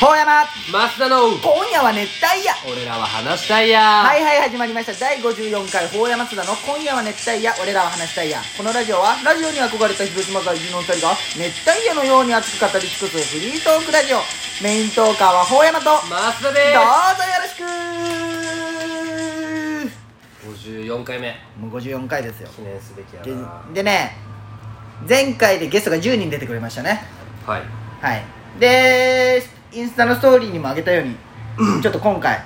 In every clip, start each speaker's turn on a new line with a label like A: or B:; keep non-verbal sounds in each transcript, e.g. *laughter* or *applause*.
A: ほうやま
B: 増田の
A: 今夜は熱帯夜
B: 俺らは話したいや
A: はいはい始まりました第54回ほうや松田の今夜は熱帯夜俺らは話したいやこのラジオはラジオに憧れた広島在住の2人が熱帯夜のように熱く語り尽くすフリートークラジオメイントーカーはほうやまとどうぞよ
B: 増田で
A: ろしく
B: す54回目
A: もう54回ですよ
B: 記念すべきや
A: で
B: な
A: でね前回でゲストが10人出てくれましたね
B: はい
A: はいでインスタのストーリーにもあげたように、ちょっと今回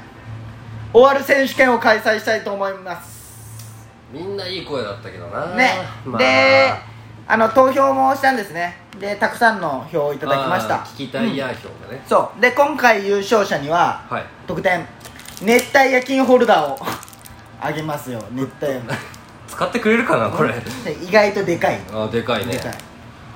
A: 終わる選手権を開催したいと思います
B: みんないい声だったけどな
A: ね、
B: まあ
A: であの投票もしたんですねでたくさんの票をいただきました
B: あー聞きたい
A: うん
B: や票がね
A: そうで今回優勝者には
B: はい
A: 特典熱帯夜金ホルダーをあげますよ熱帯夜の
B: *laughs* 使ってくれるかなこれ
A: 意外とでかい、
B: あーでかいね
A: でかい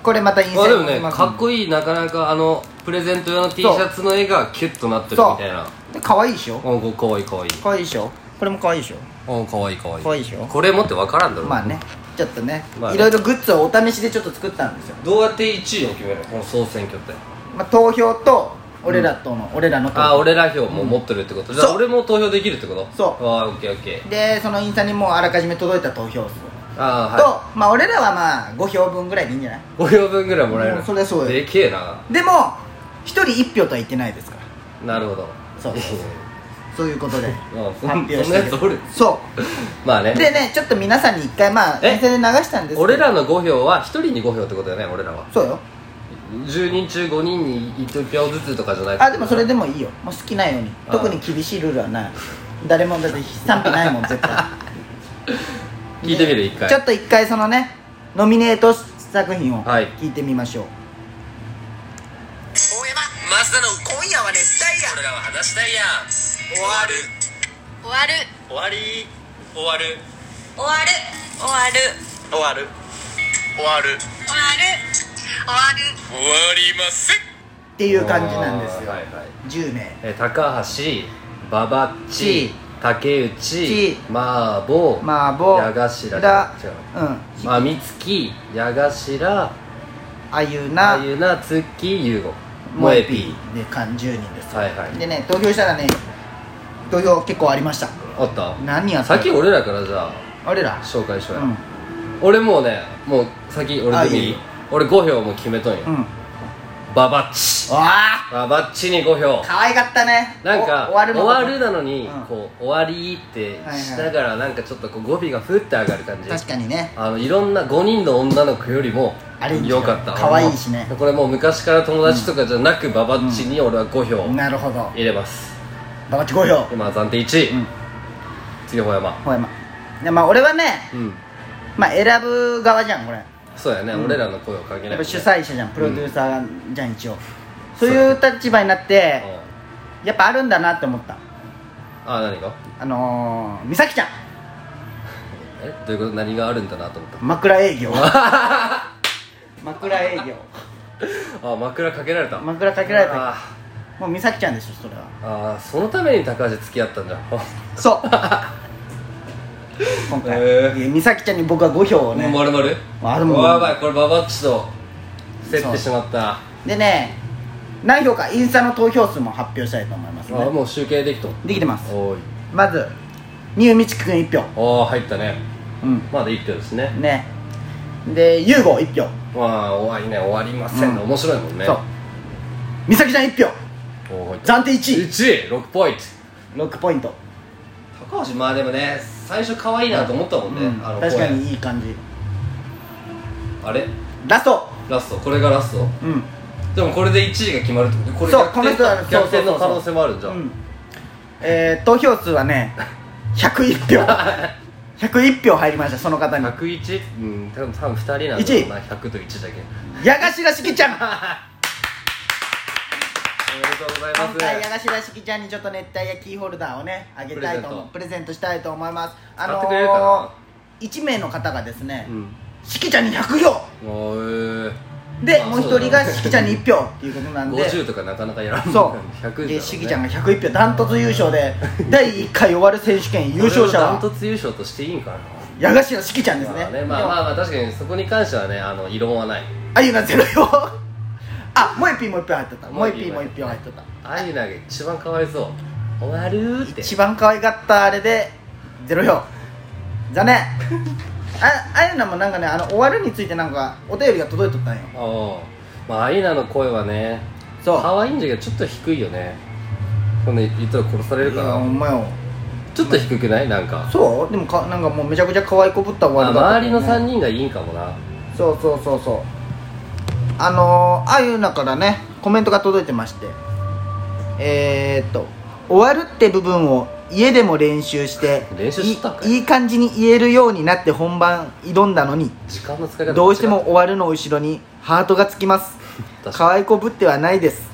A: これまたインス
B: まあ
A: タ
B: で
A: に
B: もね
A: 載せますん
B: かっこいいなかなかあのプレゼント用の T シャツの絵がキュッとなってるみ
A: そう
B: たいな
A: で可愛いでしょ
B: おおかわいいかわいい
A: 可愛いでしょこれも可愛いでしょ
B: おかわいいかわいい
A: かわいいでしょ
B: これ持って分からんだろ
A: まあねちょっとね、
B: まあね
A: いろいろグッズをお試しでちょっと作ったんですよ、
B: どうやって1位を決めるのこの総選挙って
A: まあ、投票と俺らとの、俺らの投票
B: ああ俺ら票も持ってるってこと、じゃ
A: そ
B: あ
A: う
B: 俺も投票できるってこと
A: そう
B: ああオッケーオッケー
A: でそのインスタにもうあらかじめ届いた投票数、
B: ああ
A: と
B: は
A: まあ俺らはまあ5票分ぐらいでいいんじゃない
B: い5票分ぐらいもらえる、
A: うんそりゃそうよ
B: でけえな
A: でも1人1票とは言ってないですから
B: なるほど *laughs*
A: そうそうそうそういうことで
B: うん
A: 発
B: *laughs* そ
A: 表
B: そん
A: し
B: なや
A: て
B: つおる *laughs*
A: そ
B: まあ
A: う
B: ね
A: でねちょっと皆さんに1回まあ
B: え
A: インスタで流したんですけど
B: 俺らの5票は1人に5票ってことだよね俺らは
A: そうよ
B: 10人中5人に1票ずつとかじゃない
A: あでもそれでもいいよもう好きなように
B: あ
A: 特に厳しいルールはない誰もだって賛否ないもん絶対
B: 聞いてみる一回
A: ちょっと一回そのねノミネート作品を
B: はい
A: 聞いてみましょう、
C: 大山増田の今夜は熱帯夜俺らは話したいや終わる
D: 終わる
C: 終わり終わる
D: 終わる終わる
C: 終わる終わる
D: 終わる終わる
C: 終わりません
A: っていう感じなんですよ、
B: はいはい
A: 10名
B: えー高橋馬場っち
A: ち
B: 竹
A: ち
B: 内麻婆
A: 麻婆
B: 矢頭
A: だ
B: 違う
A: うん
B: まあ、みつき、矢頭、
A: あゆ
B: あ
A: な
B: ゆな、つき、ゆうご、
A: も
B: も
A: え
B: え
A: ぴ
B: ぴ
A: で10人です
B: ー。はいはい。
A: でね投票したらね投票結構ありました
B: あった
A: 何やった
B: 先俺らからじゃ
A: 俺ら
B: あ、紹介しよう
A: う
B: や。
A: ん
B: 俺もうね、もう先俺でも
A: あい
B: い
A: い
B: い
A: よ
B: 俺5票もう決めとん
A: うん
B: よ。
A: わ
B: ババッチ。
A: あ
B: ババッチに5票。
A: 可愛かったね
B: なんか、
A: お
B: 終わる
A: のこと
B: なのに
A: うん、
B: こう、終わりって
A: はいはい
B: しながら、なんかちょっとこう語尾がふって上がる感じ。
A: 確かにね
B: あのいろんな5人の女の子よりも
A: アレンジが
B: 良かった
A: 可愛いしね
B: これもう昔から友達とかじゃなく、ババッチに俺は5票
A: なるほど
B: 入れます
A: ババチ5票
B: 今暫定1位、
A: うん
B: 次ほやま
A: ほやまでまあ俺はね
B: うん
A: まあ選ぶ側じゃんこれ
B: そうやね、
A: うん
B: 俺らの声をかけな
A: やっ
B: いと
A: ぱ
B: ね
A: 主催者じゃんプロデューサーじゃん一応、そういう立場になって
B: うん
A: やっぱあるんだなって思った
B: あ何が
A: あのー、美咲ちゃん
B: えどういうこと何があるんだなと思っ
A: *laughs* 枕営業枕営業
B: たあ枕かけられた
A: 枕かけられた
B: あ
A: もう美咲ちゃんでしょそれは
B: ーあーそのために高橋付き合った
A: *laughs*
B: んじゃん
A: そう今回、
B: へー
A: いや美咲ちゃんに僕は5票をね
B: まるまる
A: あでも
B: やばいこれババッチと競ってしまった
A: でね何票かインスタの投票数も発表したいと思います
B: あ
A: ね
B: もう集計できとん
A: できてます
B: おーい
A: まずニューミチキ君1票
B: ああ入ったね
A: うん
B: まだ1票ですね
A: ねでユーゴ1票
B: まあ終わりね終わりませんね、
A: うん
B: 面白いもんね
A: そう美咲ちゃん1票
B: おー入った
A: 暫定1位
B: 1位6ポイント
A: 6ポイント、
B: 高橋まあでもね最初可愛いなと思ったもんね、
A: うん
B: あの
A: 確か
B: 声
A: にいい感じ
B: あれ
A: ラスト
B: ラストこれがラスト
A: うん
B: でもこれで1位が決まるってことこれ
A: そう
B: 逆転
A: この人は
B: 逆
A: そ
B: 転
A: うそうそう
B: の可能性もあるじゃん、
A: うんえー、投票数はね101票
B: *laughs*
A: 101票入りましたその方に
B: 101? うん多分多分2人なんだろう
A: 一位
B: な100と1だけ
A: 矢頭しきちゃん
B: おめでとうござい
A: 今回
B: ま
A: 矢
B: す
A: 頭しきちゃんにちょっと熱帯夜キーホルダーをねあげたいと思うプ
B: プ
A: レゼントしたいと思いますあ
B: 使ってくれるかな
A: 1名の方がですね、
B: うん
A: しきちゃんに100票
B: おー
A: で、
B: まあ
A: もう1人がしきちゃんに1票っていうことなんで
B: 50とかなかなかやらんもん
A: そ
B: 100
A: う、
B: じゃ
A: で
B: ろ
A: しきちゃんが101票ダントツ優勝
B: *laughs*
A: で第1回終わる選手権優勝者
B: ダン
A: は
B: トツ優勝としていいんかな
A: 矢頭しきちゃんです
B: まあ
A: ね
B: ねまあまあまあ確かにそこに関してはねあの異論はない
A: あゆなゼロ票 *laughs* あもう一品もう一品入っとったもう一品も
B: も
A: う
B: う
A: 一
B: 一
A: 品入っとった
B: アイナが一番かわいそう終わるーって
A: 一番可愛かったあれでゼロ票残 *laughs* 念ああゆなもなんかねあの終わるについてなんかお便りが届いとったんよ
B: ああまあアイナの声はね
A: そう
B: 可愛いんじゃけどちょっと低いよねこんな言ったら殺される
A: い
B: か
A: やお
B: ら
A: 前よ
B: ちょっと低くないなんか
A: そうでもかなんかもうめちゃくちゃ可愛いこぶった終わ
B: あ
A: りだった
B: 周りの3
A: 人
B: 人がいいんかもな
A: そうそうそうそうあのー、あゆなからねコメントが届いてましてえー、っと「終わる」って部分を家でも練習して
B: 練習したんかい
A: いいい感じに言えるようになって本番挑んだのに
B: 時間の使い方
A: どうしても終わるの後ろにハートがつきます
B: 確か
A: 可愛いこぶってはないです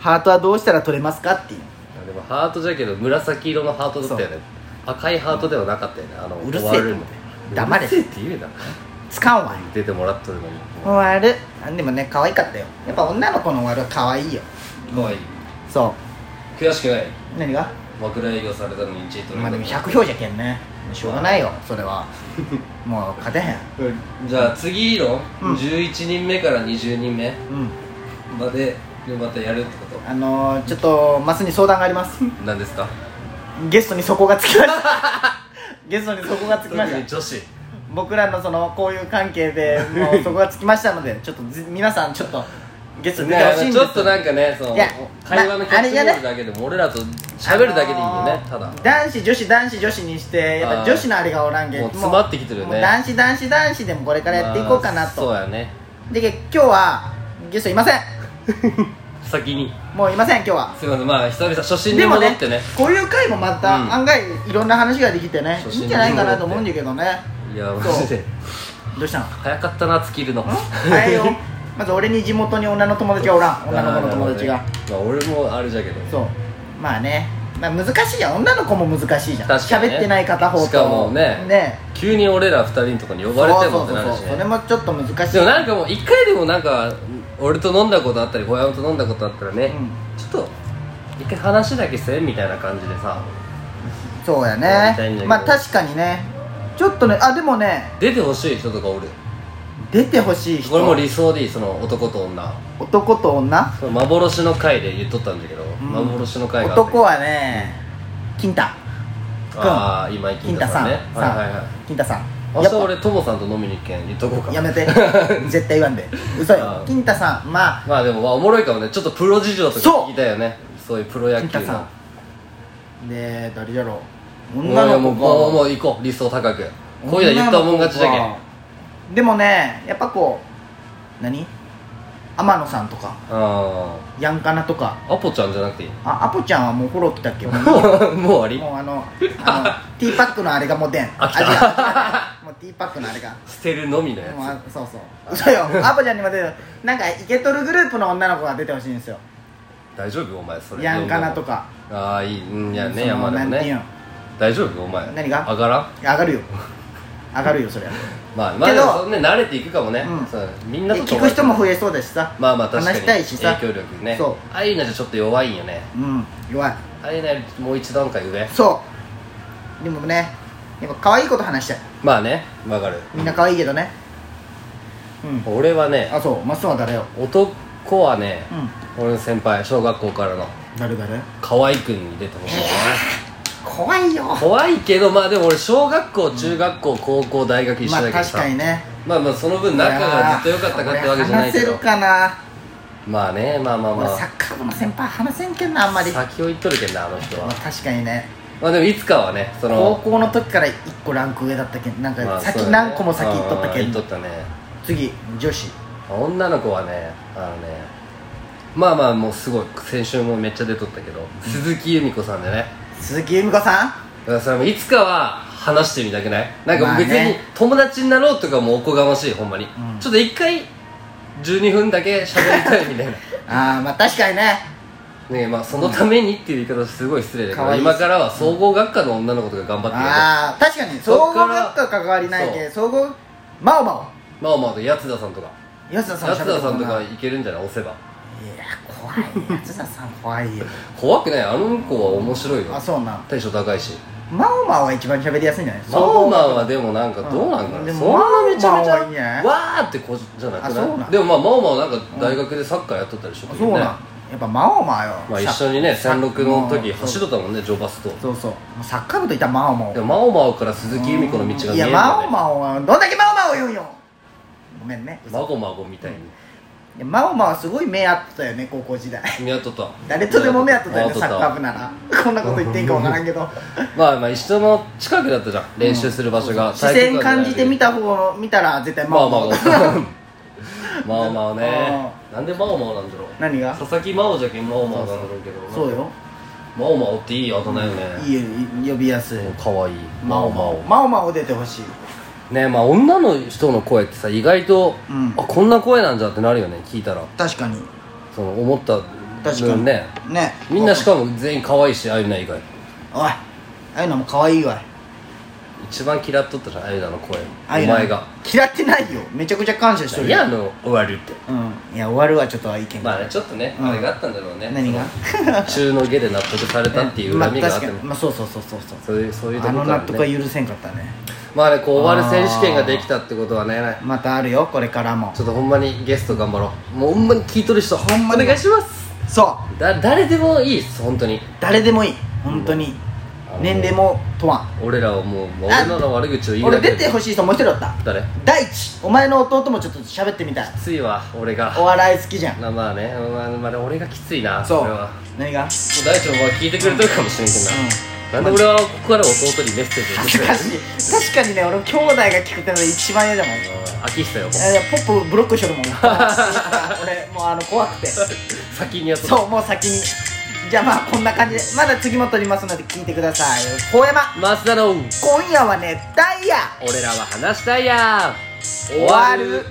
A: ハートはどうしたら取れますかっていう
B: にでもハートじゃけど紫色のハートだったよね赤いハートではなかったよねあの
A: うるせえ
B: 終わるの
A: 黙れ
B: うるせえって言うな
A: つかんわい
B: 出てもらっとるのに
A: 終わるあでもね可愛かったよやっぱ女の子の終わるは可愛いよ
B: 可愛い
A: そ
B: 悔しくない
A: うん何が
B: 枕営業されたのに1位取
A: まあでも100
B: 100
A: 票じゃけんねしょうがないよそれはもう勝てへん
B: じゃあ次の
A: うん
B: 11人目から20人目
A: うん
B: までまたやるってこ
A: あのー、ちょっとマスに相談があります
B: となんですか
A: ゲストに底がつきました
B: *laughs*
A: ゲストに底がつき
B: 特
A: ま
B: に
A: した
B: 女子
A: 僕らのその交友関係でもう
B: *laughs*
A: 底がつきましたのでちょっとぜ皆さんちょっとゲストに出てほしいん
B: ね
A: です
B: ちょっとなんかねその
A: いや
B: 会話のキャッチボールだけでも俺らと喋るだけでいいよねただ
A: あのー男子女子男子女子にしてやっぱ女子のあれがおらんけん
B: もう詰まってきてるよね
A: もう男子男子男子でもこれからやっていこうかなと、
B: まあそうやね
A: で今日はゲストいません
B: 先に
A: もういません今日は
B: すいませんまあ久々初心に
A: でも
B: 戻
A: ね
B: ってね
A: こういう回もまた
B: うん
A: 案外いろんな話ができてね、
B: 初
A: いいん
B: 心に戻って
A: じゃないかなと思うんだけどね
B: いやマジで
A: どう
B: *laughs*
A: したの
B: 早かったな尽きるの
A: あれよ
B: *laughs*
A: まず俺に地元に女の友達がおらん女の子の友達
B: あ
A: が
B: ーなるほどねまあ俺もあれじゃけど
A: そうまあね、まあ、難しいじゃん女の子も難しいじゃん
B: 確かにね
A: 喋ってない片方と
B: しかもね
A: ね
B: 急に俺ら二人のとこに呼ばれてもってなるし
A: そうそうそうそれ
B: ね
A: もちょっと難しい
B: でもなんかもう一回でもなんか俺と飲んだことあったり小山と飲んだことあったらね
A: う
B: ちょっと一回話だけせんみたいな感じでさ
A: そうや
B: やりたいんだけ
A: ね
B: ど
A: まあ確かにねちょっとねあでもね
B: 出てほしい人とかおる
A: 出てほしい人
B: これも理想でいいその男と女
A: 男と女
B: その幻の回で言っとったんだけど、
A: ん
B: 幻の回があって
A: 男はね金太
B: ああ今井
A: 金太
B: 金
A: さ
B: 太さ
A: ん
B: んね
A: さ
B: はいはいは
A: ん
B: い
A: 金太さん
B: 明
A: や
B: 日
A: っぱ
B: 俺ともさんと飲みに行けん言っとこうか
A: や
B: *laughs*
A: めて絶対言わんで嘘よ
B: あー
A: 金太さんまあ
B: まあでもまあおもろいかもねちょっとプロ事情とか
A: そう
B: 聞いたよねそういうプロ野
A: 金
B: 球
A: 太さん
B: の
A: で誰じゃろう
B: 女の
A: 女
B: もう
A: の
B: もうも
A: 子か
B: う行こう理想高くこういうの言ったもん勝ちじゃけ
A: 女の子かでもねやっぱこう何天野さんとか
B: あ
A: ヤンカナとか
B: あアポちゃんじゃなくていい
A: あアポちゃんはもうフォロー来
B: *laughs*
A: たっけもう
B: もう終わり
A: もうあのあのティーパックのあれがもう出ん
B: あ来た
A: たもうティーパックのあれが
B: 捨てるのみの
A: もう
B: や
A: あそうそう嘘よアポちゃんにも出てるなんかイケとるグループの女の子が出てほしいんですよ
B: つ大丈夫お前それ
A: ヤンカナとか
B: ああいいうんいや
A: そ
B: ね
A: の
B: 山で
A: な
B: も
A: んていうん
B: ね大丈夫お前
A: 何が
B: 上がらん
A: 上がるよ上がるよそれ
B: *laughs* まあま
A: けど
B: あそんね慣れていくかもね、
A: うん
B: そうみんなと
A: 聞く人も増
B: え
A: えそうだしさ
B: まあまあ確かに
A: 話したいしさ
B: 影響力ね
A: そう
B: アイナじゃちょっと弱いんよね
A: うん弱い
B: アイナよりもう一段階上
A: そうでもねやっぱ可愛いこと話したい
B: まあねわかる
A: みんな可愛いけどねうん
B: 俺はね
A: あそうマスは誰よ
B: 男はね
A: う、ん
B: 俺の先輩小学校からの
A: 誰誰
B: 河合くんに出てほしいね
A: 怖いよ
B: 怖いけどまあでも俺小学校中学校高校大学一緒
A: ま
B: だ
A: あ
B: けど
A: 確
B: さ、
A: かにね
B: まあまあその分仲がずっと良かったかってわけじゃないけ
A: 俺話せ
B: ど
A: るかな
B: まあねまあまあ
A: 俺
B: ま
A: サ
B: あ
A: ッカー部の先輩話せんけんなあんまりま
B: 先を言っとるけんなあの人は
A: あ確かにね
B: まあでもいつかはねそ
A: 高
B: の
A: 校の時から1個ランク上だったけんなん
B: ま
A: か
B: あそう
A: 先
B: だね
A: 何個も先行っとった
B: あー
A: け
B: 行っ
A: ん
B: とったね
A: 次女子
B: 女の子はねあのねまあまあもうすごい先週もめっちゃ出とったけど鈴木由美子さんでね
A: 鈴木由美子さん
B: だからそれもいつかは話してみたくないなんか別
A: まあ
B: に
A: ね
B: 友達になろうとかもおこがましいほんまに、
A: ん
B: ちょっと一回12分だけ喋りたい
A: *laughs*
B: みたいな
A: ああまあ確かにね
B: ねえまあそのためにっていう言い方すごい失礼だけ
A: か
B: ど
A: わいい
B: 今からは総合学科の女の子とか頑張ってや
A: ああ確かに
B: そ
A: 総合
B: っから
A: 学科関わりないけん総合まおま
B: るまあまあと八津田さんとか
A: お安田さん
B: 八
A: 喋
B: 津
A: った
B: 田さんと
A: な
B: か
A: い
B: いけるんじゃない押せば
A: や怖
B: *laughs*
A: い安田さん怖いよ
B: 怖くないあの子は面白いよ
A: あそうなん
B: テンション高いし
A: マオマオが一番喋りやすいんじゃない
B: マオマオはでもなんかどうなんか
A: うんで
B: なそ
A: も
B: んなめちゃ
A: マオマ
B: めち
A: オはいいんじゃな
B: ゃ
A: い
B: わーって子じゃな
A: あそ
B: く
A: うな
B: なんいでもまあマオマオなんか大学でサッカーやっとったりし
A: そ
B: て
A: う
B: た
A: そう
B: よ
A: なん
B: ね
A: やっぱマオマオよ
B: まあ一緒にね
A: さ
B: 三六の時
A: うん
B: 走っとったもんねジョバスと
A: そうそうサッカー部といったらマオマオ
B: でもマオマオから鈴木由美子の道が
A: い
B: 見え
A: や
B: る
A: マオ
B: よね
A: マオはどんだけマオマオ言うんよごめんね
B: マゴマゴみたいに
A: いやマオマオはすごい目合ってたよね高校時代
B: 見合っとった
A: 誰とでも目合ってたよね
B: 見
A: サ
B: 合っ
A: ッ
B: と
A: カ
B: っ
A: ー部ならこんなこと言っていいかわからんけど
B: まあまあ一緒の近くだったじゃん練習する場所が
A: 視線感じて見た方を見たら絶対
B: ま
A: マ
B: あ
A: オ
B: ま
A: マ
B: あ
A: *laughs* オ
B: まあまあまあねなんでまあまあなんだろう
A: 何が
B: 佐々木真央じゃけんまあまあなんだろうけど
A: そうよ
B: まあまあっていいあだ名よね
A: いいよ呼びやすい
B: かわいい
A: マオマオマオマオ出てほしい
B: ねまあ女の人の声ってさ意外と
A: うん
B: あこんな声なんじゃってなるよね聞いたら
A: 確かに
B: その思った
A: 確か
B: 分
A: に
B: ね
A: ね
B: みんなしかも全員可愛いしあゆな以外
A: おいああいうのも可愛いわ
B: 一番嫌っとったじゃんあゆなの声
A: ああいう
B: お
A: の
B: 前が
A: 嫌ってないよめちゃくちゃ感謝してる
B: いやあの終わるって
A: うんいや終わるはちょっと意見
B: まあねちょっとね
A: うん
B: あれがあったんだろうね
A: 何が
B: 中の下で納得されたっていう恨みがあって
A: まあ確かにまあそうそうそうそうそう
B: そういうそういうと
A: あ
B: こ
A: の
B: か
A: 納得
B: ら
A: は
B: ね
A: 許せんかったね
B: まあねこう終わる選手権ができたってことはね
A: またあるよこれからも
B: ちょっとほんまにゲスト頑張ろうもうほんまに聞いとる人
A: ほんまに
B: お願いします
A: そう
B: だ誰でもいいです本当に
A: 誰でもいい本当に
B: あの
A: 年齢も問わん
B: 俺らはもうもう俺らの悪口を言い
A: 俺
B: だけ
A: 出てほしい人もう一人おった
B: 誰
A: 大地お前の弟もちょっと喋ってみたい
B: きついわ俺が
A: お笑い好きじゃん
B: まあまあねまあ、まあ、俺がきついな
A: そ
B: れは
A: う
B: も
A: 何が
B: う大丈夫聞いてくれてるかもしれんけどな、なんで俺はここから弟にメッセージを
A: 恥ずかしい確かにね俺兄弟が聞くってのが一番嫌だもんい
B: あ秋久よ
A: やいやポップブロックしとる *laughs* もん俺もうあの怖くて
B: 先にやっとった
A: そうもう先にじゃあまあこんな感じでまだ次も撮りますので聞いてください大山
B: 増田の
A: 今夜は熱帯夜
B: 俺らは話したいや
A: 終わる